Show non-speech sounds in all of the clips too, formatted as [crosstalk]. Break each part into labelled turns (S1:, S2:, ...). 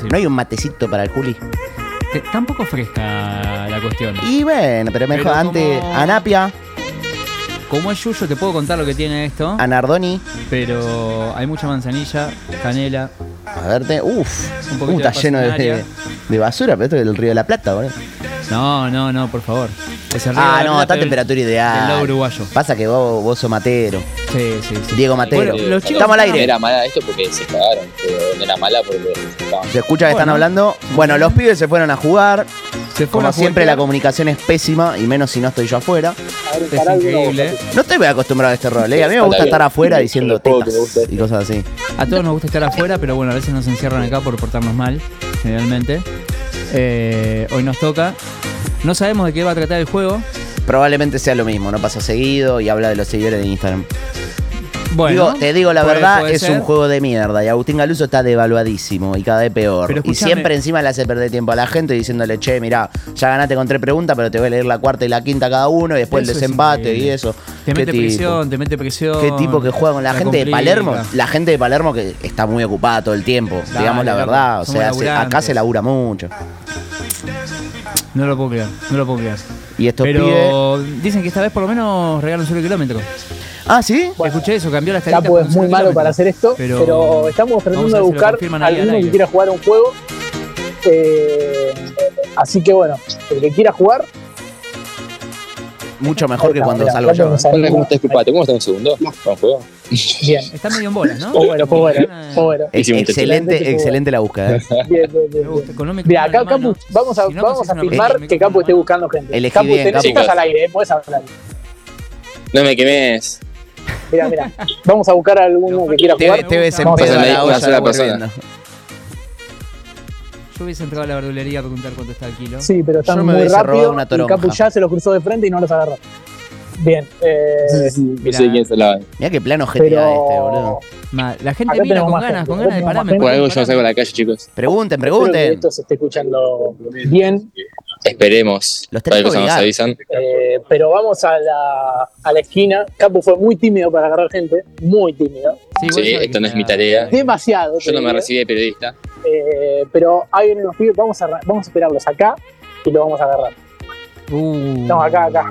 S1: sí.
S2: No hay un matecito para el Juli.
S1: Te- Tampoco fresca la cuestión.
S2: Y bueno, pero mejor
S1: Pero
S2: antes
S1: como-
S2: a Napia,
S1: Como es Yuyo, te puedo contar lo que tiene esto.
S2: a Nardoni.
S1: Pero hay mucha manzanilla, canela.
S2: A verte, uff,
S1: Un poquito
S2: está
S1: de
S2: lleno de,
S1: pasionaria.
S2: de basura, pero esto es el río de la Plata, boludo.
S1: No, no, no, por favor. Es el
S2: Ah,
S1: río de la
S2: no,
S1: Plata
S2: está
S1: del-
S2: temperatura
S1: Del lado
S2: ideal.
S1: uruguayo.
S2: Pasa que vos, vos sos matero,
S1: Sí, sí, sí.
S2: Diego Matero.
S1: Bueno, los chicos
S2: Estamos al
S1: estaban-
S2: aire.
S3: No era mala esto porque se cagaron, pero no era mala porque estaban.
S2: Se escucha que están
S1: Bueno.
S2: hablando. Bueno, los pibes se fueron a jugar.
S1: Se fue
S2: Como
S1: una
S2: siempre, la
S1: vuelta.
S2: comunicación es pésima, y menos si no estoy yo afuera.
S1: Es increíble.
S2: No estoy muy acostumbrado a este rol, ¿eh? A mí me
S3: Está
S2: gusta
S3: bien.
S2: estar afuera
S3: Sí,
S2: diciendo
S3: el juego que me
S2: tetas
S3: gusta este.
S2: y cosas así.
S1: A todos nos gusta estar afuera, pero bueno, a veces nos encierran acá por portarnos mal, generalmente. Eh, hoy nos toca. No sabemos de qué va a tratar el juego.
S2: Probablemente sea lo mismo, no pasa seguido y habla de los seguidores de Instagram.
S1: Bueno,
S2: digo, te digo la
S1: puede-
S2: verdad,
S1: puede
S2: es
S1: ser.
S2: un juego de mierda y Agustín Galuso está devaluadísimo y cada vez peor.
S1: Pero
S2: Y
S1: escúchame.
S2: siempre encima le hace perder tiempo a la gente diciéndole, che, mirá, ya ganaste con tres preguntas, pero te voy a leer la cuarta y la quinta cada uno y después
S1: Eso
S2: el
S1: es
S2: desempate y
S1: increíble.
S2: eso.
S1: Te
S2: ¿Qué
S1: mete
S2: tipo?
S1: presión, te mete presión.
S2: ¿Qué tipo que juega con la, gente de
S1: complica.
S2: Palermo? La gente de Palermo que está muy ocupada todo el tiempo,
S1: Dale,
S2: digamos la
S1: loco,
S2: verdad. O
S1: somos
S2: sea, se- acá
S1: laburantes.
S2: se labura mucho.
S1: No lo puedo creer, no lo puedo creer.
S2: Y estos pibes.
S1: Pero dicen que esta vez por lo menos regalan solo kilómetro.
S2: Ah, ¿sí?
S1: Escuché eso, cambió la estadística.
S4: Chapo es
S1: por un
S4: muy
S1: solo
S4: malo
S1: kilómetro.
S4: para hacer esto, pero, estamos
S1: vamos
S4: tratando
S1: a
S4: de
S1: ver si lo
S4: buscar
S1: confirman
S4: a
S1: ahí al
S4: alguno que
S1: aire.
S4: quiera jugar un juego. Eh, así que bueno, el que quiera jugar.
S2: Mucho mejor que
S4: Ahí está,
S2: cuando
S4: mirá,
S2: salgo
S4: Chapo
S2: yo.
S4: nos anima.
S3: ¿Cómo está? Disculpate, ¿cómo está en un segundo? ¿Con juego?
S2: [laughs]
S4: Bien,
S1: Está medio en bolas, ¿no?
S4: [laughs] fue bueno,
S1: [laughs]
S4: fue bueno, fue bueno.
S2: Es
S3: Hicimos un
S2: excelente,
S4: tete.
S2: excelente la búsqueda. ¿eh?
S4: Bien, bien, bien,
S1: Me
S4: bien.
S1: gusta, con un
S4: Mira,
S1: micrófono
S4: acá
S1: en la mano.
S4: Capu, vamos a,
S1: Si no
S4: vamos
S1: consigues
S4: a
S1: una
S4: filmar
S1: persona
S4: que
S1: con
S4: Capu
S1: micrófono en la
S4: esté
S1: mano,
S4: buscando gente.
S2: Elegí
S4: Capu,
S2: bien,
S4: tenés
S2: Capu.
S4: estás al aire, eh, podés hablar.
S3: No me quemes.
S4: Mira, mira, vamos a buscar a alguno que quiera
S2: Te,
S4: jugar.
S2: te ves en
S4: Vamos a
S2: pedo a
S3: hacerle
S2: la
S3: una
S2: olla
S3: sola
S2: volviendo.
S1: Yo hubiese entrado a la verdulería a preguntar cuánto está el kilo.
S4: Sí, pero
S2: Yo
S4: están
S2: me
S4: muy
S2: hubiese robado
S4: rápido.
S2: una
S4: Y
S2: toronja.
S4: Capu ya se los cruzó de frente y no los agarró. Bien, eh,
S3: No sé quién se la
S2: Mirá qué plano GTA este,
S4: pero
S2: boludo.
S1: Ma, la gente
S4: Acá
S1: mira
S4: tenemos
S1: con
S4: más
S1: ganas,
S4: gente,
S1: con
S4: acá
S1: ganas de
S4: tenemos más
S1: pararme.
S4: gente.
S3: Por algo yo salgo a la calle, chicos.
S2: Pregunten,
S4: espero que
S2: pregunten.
S4: esto se esté escuchando bien.
S3: Esperemos.
S2: Los tenés
S3: Para que
S2: que
S3: nos
S2: obligar.
S3: avisan.
S4: Eh, pero vamos a la, a la esquina. Capu fue muy tímido para agarrar gente, muy tímido.
S3: Sí,
S1: vos sabés
S3: esto
S1: que
S3: no es
S1: está-
S3: mi tarea.
S4: Demasiado.
S3: Yo no me
S4: tímido.
S3: recibí de periodista.
S4: Eh, pero hay unos pibes, vamos a, vamos a esperarlos acá y los vamos a agarrar.
S1: Uh,
S4: No, acá, acá.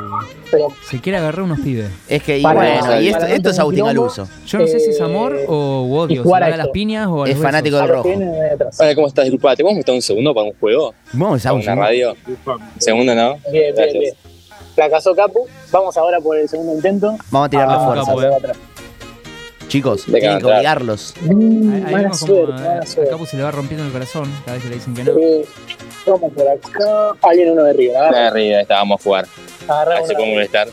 S4: Pero
S1: Se quiere agarrar unos pibes.
S2: Es que, y
S4: Para-
S2: bueno, y esto,
S4: para-
S2: esto es Agustín Galuso.
S1: Yo no sé si es
S4: Eh,
S1: amor o u odio.
S4: y
S1: Se
S4: jugar
S1: va
S4: a
S1: a las
S4: esto.
S1: piñas o a los
S2: Es fanático
S1: besos.
S4: a
S2: del
S4: los que
S2: rojo.
S4: vienen de atrás.
S3: Hola, ¿cómo estás? Disculpate, ¿podemos estar un segundo para un juego?
S2: Vamos a
S3: ¿Para
S2: un
S3: una
S2: segundo.
S3: radio? Segundo, ¿no?
S4: Bien, bien,
S3: Gracias.
S4: bien. Fracasó Capu. Vamos ahora por el segundo intento.
S2: Vamos a tirar la
S1: Ah,
S4: Vamos,
S2: fuerza.
S1: fuerzas.
S4: Capu, eh. atrás.
S2: Chicos,
S3: Venga,
S2: tienen que
S3: entrar.
S2: obligarlos.
S4: Mm,
S1: Ahí- ahí
S4: mala
S1: vemos como
S4: suerte,
S1: a-
S4: mala
S1: a
S4: suerte.
S1: Capu se le va rompiendo el corazón cada vez que le dicen que no.
S4: Eh, Vamos por acá. Ahí viene uno de River. Agarra,
S3: Una arriba, esta vamos a jugar.
S4: agarra
S3: Así
S4: uno.
S3: como molestar.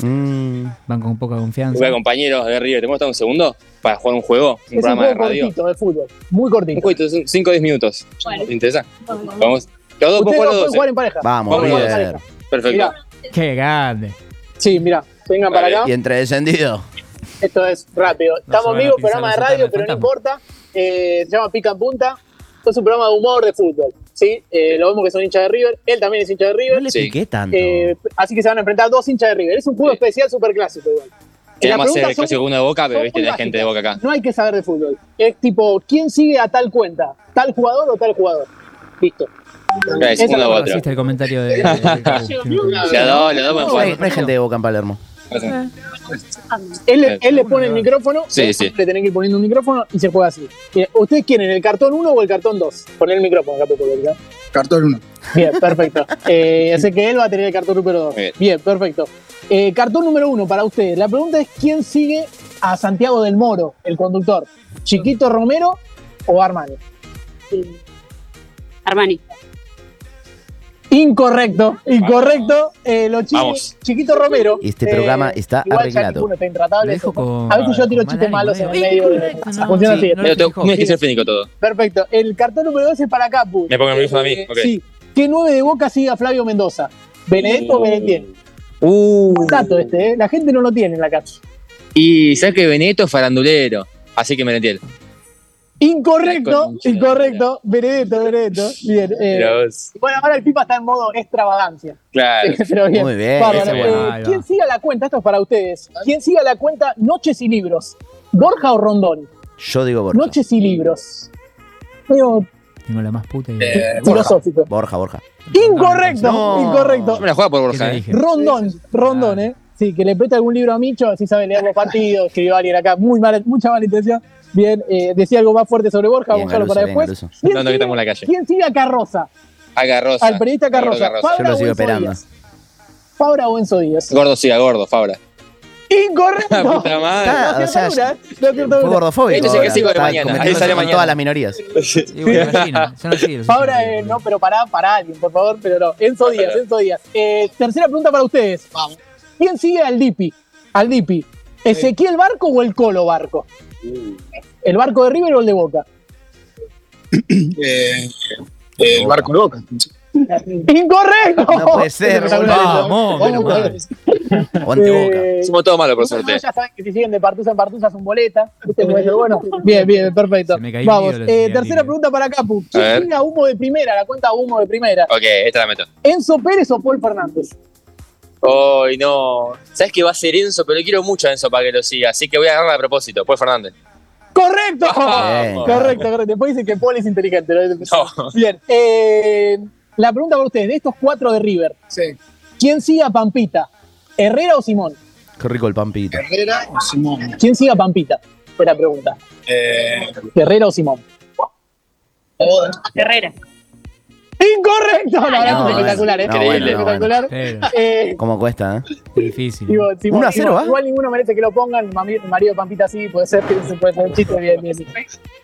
S2: Mm,
S1: Van con poca confianza.
S3: Hola, compañeros de Río, ¿te estar un segundo? Para jugar un juego, un
S4: Es un
S3: programa de
S4: juego
S3: radio.
S4: cortito de fútbol. Muy
S3: Un
S4: cortito.
S3: jueguito, 5 o 10 minutos.
S5: Bueno.
S3: ¿Te interesa? Vamos. Los dos, vos jugás
S4: Ustedes no
S3: los
S4: pueden
S3: dos.
S4: jugar en pareja.
S2: vamos,
S3: Vamos,
S2: River.
S3: eh. Perfecto.
S4: Mirá,
S1: Qué grande.
S4: sí, mira, vengan para
S3: Vale.
S4: acá.
S2: Y entre descendidos.
S4: Esto es rápido. Estamos
S1: van a
S4: amigos,
S1: pisar
S4: programa
S1: los
S4: de
S1: satanas,
S4: radio, pero no
S1: fantasma.
S4: importa. Eh, se llama Pica en Punta. Esto es un programa de humor de fútbol. ¿sí? Eh, lo vemos que son hinchas de River. Él también es hincha de
S2: No
S4: River.
S2: le
S3: Sí.
S2: piqué tanto.
S4: Eh, así que se van a enfrentar dos hinchas de River. Es un juego especial, super clásico. Igual.
S3: Queremos hacer el
S4: preguntas
S3: eh, clásico
S4: son-
S3: con una de boca, pero
S4: son
S3: viste
S4: muy
S3: la gente de boca
S4: básicas.
S3: acá.
S4: No hay que saber de fútbol. Es tipo, ¿quién sigue a tal cuenta? ¿Tal jugador o tal jugador? Listo.
S3: Acá es
S4: Esa
S3: uno u
S4: no
S1: No
S3: otro.
S1: hiciste el comentario
S4: [laughs]
S1: de. de Capu, si no te
S3: Los
S1: equivoco.
S3: dos, los dos pueden
S2: no, hay,
S3: jugar.
S2: no hay gente de Boca en Palermo.
S1: Ah,
S4: Él,
S3: Eh,
S4: él le pone el micrófono,
S3: Sí,
S4: vos
S3: sí.
S4: le tenés que ir poniendo un micrófono y se juega así. Mira, ¿Ustedes quieren el cartón 1 o el cartón 2? Poner el micrófono, Capu, porque, ¿no?
S6: Cartón 1.
S4: Bien, perfecto. Eh, sé que él va a tener el cartón número 2.
S3: Muy
S4: Bien.
S3: bien.
S4: perfecto. Eh, cartón número 1 para ustedes. La pregunta es: ¿quién sigue a Santiago del Moro, el conductor? ¿Chiquito Romero o Armani?
S5: Armani.
S4: Incorrecto, incorrecto. Eh, lo chique-
S3: Vamos.
S4: Chiquito Romero. Eh,
S2: Este programa está
S4: igual ya
S2: arreglado.
S4: ninguno está intratable,
S1: Lo dijo
S4: eso.
S1: con-
S4: A veces yo tiro
S1: con
S4: chistes
S1: mal
S4: malos en
S1: ánimo,
S4: el
S1: ¿eh?
S4: medio. de-
S1: Incorrecto, no,
S4: Funciona
S1: sí,
S4: así.
S1: no
S3: Pero tengo-
S1: fijó.
S3: Tienes que ser fínico todo.
S4: Perfecto. El cartón número 2 es para Capu.
S3: Me pongo el micrófono a mí.
S4: Eh,
S3: Ok.
S4: Sí. ¿Qué 9 de boca sigue a Flavio Mendoza? ¿Benedetto
S3: Oh.
S4: o Benetién?
S3: Uh.
S4: Un dato este, ¿eh? La gente no lo tiene en la calle.
S3: Y sabes que Benito es farandulero. Así que me entiendo. La
S4: Incorrecto,
S3: concha de la
S4: incorrecto. Benedetto, Benedetto. Bien. eh,
S3: Mirá vos.
S4: bueno, ahora el Pipa está en modo extravagancia.
S3: Claro.
S4: [laughs] Pero bien.
S2: Muy bien.
S4: bárbaro.
S1: ese
S4: Eh,
S1: bueno. Ahí va.
S4: ¿Quién siga la cuenta? Esto es para ustedes. ¿Quién siga la cuenta Noches y Libros? ¿Borja o Rondón?
S2: Yo digo Borja.
S4: Noches y Libros. medio
S1: Tengo la más puta idea. [laughs]
S3: Eh, Borja.
S4: filosófico.
S2: Borja, Borja.
S4: Incorrecto,
S2: No.
S3: Yo
S4: incorrecto.
S3: me la juego por
S1: ¿Qué
S3: Borja.
S1: le
S3: eh.
S1: dije?
S4: Rondón, Rondón, ¿eh? Sí, que le preste algún libro a Micho, así sabe leer los partidos, [laughs] escribió alguien acá, muy mala, mucha mala intención. Bien, eh, decía algo más fuerte sobre Borja,
S2: Bien,
S4: buscarlo
S2: Galuso,
S4: para
S2: bien,
S4: después.
S2: Galuso.
S4: ¿Quién
S3: No, no, que
S4: sigue-
S3: estamos en la calle.
S4: ¿Quién sigue a Carroza?
S3: A Ah, Garrosa.
S4: Al periodista
S3: Gordo
S4: Carroza.
S3: Garrosa.
S4: Fabra
S2: Yo lo sigo
S4: o Enzo
S2: esperando.
S4: Díaz. Fabra o Enzo Díaz.
S3: Gordo sí, a gordo, Fabra. [laughs] La
S4: Incorrecto.
S3: Ah,
S2: Está-
S3: puta madre.
S4: No
S2: Ah, o sea,
S4: acierta una, ¿eh? No acierta
S2: Fue
S4: una.
S2: gordofóbico.
S3: Este es el
S2: ahora.
S3: clásico de
S2: Está
S3: mañana. Ahí
S2: cometiendo
S3: sale
S2: con
S3: mañana.
S2: todas las minorías.
S1: Y bueno, imagina, son así los
S4: Fabra,
S1: argentinos.
S4: eh, no, pero pará, pará alguien, por favor, pero no. Enzo Díaz, Enzo Díaz. Eh, tercera pregunta para ustedes. ¿Quién sigue al Dipi? Al Dipi. ¿Ezequiel Barco o el Colo Barco? ¿El barco de River o el de Boca?
S5: [coughs] Eh, el barco de boca.
S4: ¡Incorrecto!
S2: No puede ser,
S1: vamos, menos mal.
S2: Aguante boca.
S4: Eh,
S3: Somos todos malos, por
S4: ustedes
S3: suerte.
S4: Ya saben que si siguen de partusa en partusa son boletas. ¿viste? Como
S1: [laughs]
S4: eso, bueno, bien, bien, perfecto.
S1: Se me cayó
S4: Vamos,
S1: el ídolo,
S4: eh,
S1: señor
S4: tercera
S1: Libre.
S4: pregunta para Capu.
S3: A
S4: ¿Quién
S3: ver.
S4: tiene a humo de primera? La cuenta humo de primera.
S3: Ok, esta la meto.
S4: ¿Enzo Pérez o Paul Fernández?
S3: Ay, no. Sabes que va a ser Enzo, pero quiero mucho a Enzo para que lo siga. Así que voy a agarrarla a propósito. Pues Fernández.
S4: ¡Correcto!
S3: Vamos.
S4: [laughs] Correcto, correcto. Después dicen que Paul es inteligente. ¿no?
S3: Ah. No.
S4: Bien. eh, la pregunta para ustedes, de estos cuatro de River,
S5: Sí.
S4: ¿quién sigue a Pampita? ¿Herrera o Simón?
S2: Qué rico el pampito.
S5: Herrera o Simón.
S4: ¿Quién sigue a Pampita? Fue la pregunta.
S5: Eh,
S4: ¿Herrera o Simón?
S6: Herrera.
S4: ¡Incorrecto! La verdad
S2: Ah, No,
S4: es espectacular, ¿eh?
S2: no, bueno,
S3: no,
S4: espectacular.
S1: Pero,
S4: Eh,
S2: ¿Cómo cuesta, eh?
S1: difícil.
S4: digo, Simón,
S2: 1 a ¿ah? 0
S4: igual,
S2: va.
S4: igual ninguno merece que lo pongan. Mami- Marido de Pampita sí, puede ser que se puede ser un chiste. Bien, bien.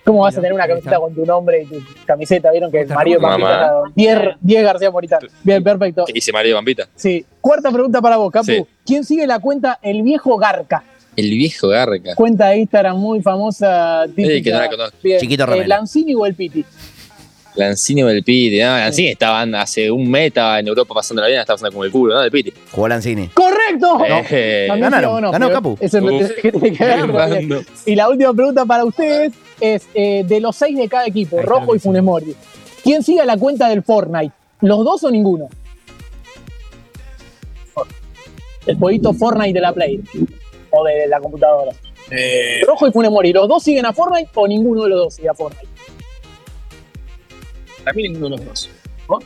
S4: ¿Cómo vas a tener una camiseta con tu nombre y tu camiseta? Vieron que el marido de Pampita
S3: Mamá.
S4: era 10 10 García Moritán. Bien, perfecto.
S3: ¿Qué dice Mario Bambita?
S4: Sí. Cuarta pregunta para vos, Capu.
S3: Sí.
S4: ¿Quién sigue la cuenta El Viejo Garca?
S3: El viejo Garca.
S4: Cuenta de Instagram muy famosa.
S3: Eh, que no
S4: típica.
S3: la conozco.
S4: Bien.
S2: Chiquito
S4: Eh,
S2: Romero.
S4: ¿Lanzini o el Piti?
S3: Lanzini o del Piti. No, Lanzini estaba hace un meta en Europa pasando la vida, estaba pasando como el culo, ¿no? Del Piti.
S2: Jugó Lanzini.
S4: ¡Correcto!
S3: Eh,
S4: También
S2: ganaron,
S4: sí o no,
S2: ganó
S4: pero
S2: Capu.
S4: es el-
S3: Uf.
S4: que tiene que ver, porque- Y la última pregunta para ustedes es: eh, de los seis de cada equipo,
S1: Ahí está,
S4: Rojo y
S1: buenísimo.
S4: Funes Mori, ¿quién sigue la cuenta del Fortnite? ¿Los dos o ninguno? El jueguito Fortnite de la Play o de la computadora.
S5: eh,
S4: Rojo y Funes Mori, ¿los dos siguen a Fortnite o ninguno de los dos sigue a Fortnite?
S5: también ninguno de los dos.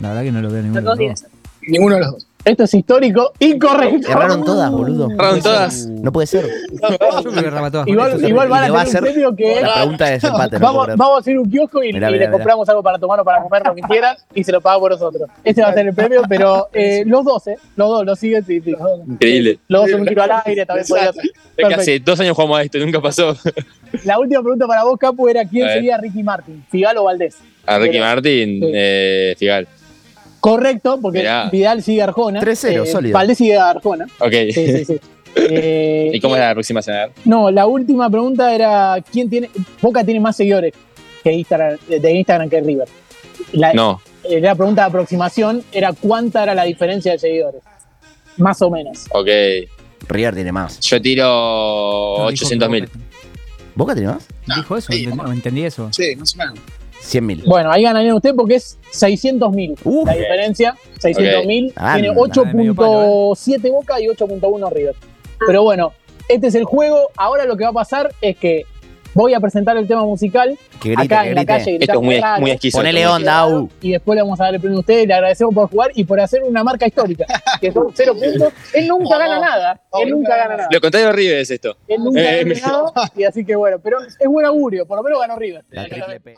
S1: La verdad que no lo veo ninguno.
S6: Los dos
S1: de los
S6: días.
S5: Ninguno de los dos.
S4: Esto es histórico, incorrecto.
S2: Erraron todas, boludo.
S3: Erraron todas.
S2: No puede ser.
S1: dos. Yo creo que erraba
S2: [laughs]
S1: todas
S4: Igual,
S1: juntas.
S4: igual
S2: Y
S4: van
S2: le va
S4: a
S2: a
S4: tener un
S2: hacer-
S4: premio que
S2: La pregunta de desempate. no
S4: Vamos,
S2: puedo creer.
S4: vamos a hacer un kiosco y,
S2: Mirá,
S4: y
S2: mirá,
S4: le
S2: mirá.
S4: compramos algo para tomar o para comer, lo que quieran, y se lo paga por nosotros. Ese va a ser el premio, pero eh, los dos, ¿eh? Los dos, los siguen, sí, sí.
S3: Increíble.
S4: Los dos son un tiro al aire, también podría ser.
S3: Es que
S4: Perfecto.
S3: hace dos años jugamos a esto, nunca pasó.
S4: La última pregunta para vos, Capu, era ¿quién
S3: A ver.
S4: sería Ricky Martin? ¿Figal o Valdés?
S3: A Ricky
S4: Pero-
S3: Martín,
S4: Sí.
S3: eh, Figal.
S4: Correcto, porque
S3: Mirá.
S4: Vidal sigue a Arjona. Eh,
S2: 3-0, sólido.
S4: Valdés sigue a Arjona.
S3: Ok.
S4: Sí, sí, sí. Eh,
S3: [laughs] ¿Y cómo es la próxima cena?
S4: No, la última pregunta era ¿quién tiene Boca tiene más seguidores que Instagram, de Instagram que River? La,
S3: No.
S4: eh, la pregunta de aproximación era cuánta era la diferencia de seguidores. Más o menos.
S3: Ok.
S2: River tiene más.
S3: Yo tiro
S1: No, dijo que
S3: 800 mil.
S1: Boca-
S2: ¿Boca tiene más?
S1: ¿Dijo eso? ¿Entendí, o entendí eso?
S5: Sí, más o menos.
S2: 100 mil.
S4: Bueno, ahí ganarían ustedes porque es 600.000
S2: Uf,
S4: La diferencia, 600.000
S2: Ah,
S4: tiene
S2: nada, ¿eh?
S4: 8.7 Boca y 8.1 River. Pero bueno, este es el juego. Ahora lo que va a pasar es que voy a presentar el tema musical
S2: que grite,
S4: acá
S2: que
S4: en la calle.
S2: grite.
S3: Esto es muy,
S4: gritamos,
S3: muy exquisito.
S2: Ponele onda, au.
S4: y después le vamos a dar el premio a ustedes. Le agradecemos por jugar y por hacer una marca histórica, que son cero puntos. Él nunca gana nada. Él nunca gana nada.
S3: Lo contrario de River es esto.
S4: Él nunca
S3: Eh,
S4: gana nada. Y así que bueno, pero es buen augurio. Por lo menos ganó River.
S2: La triple P.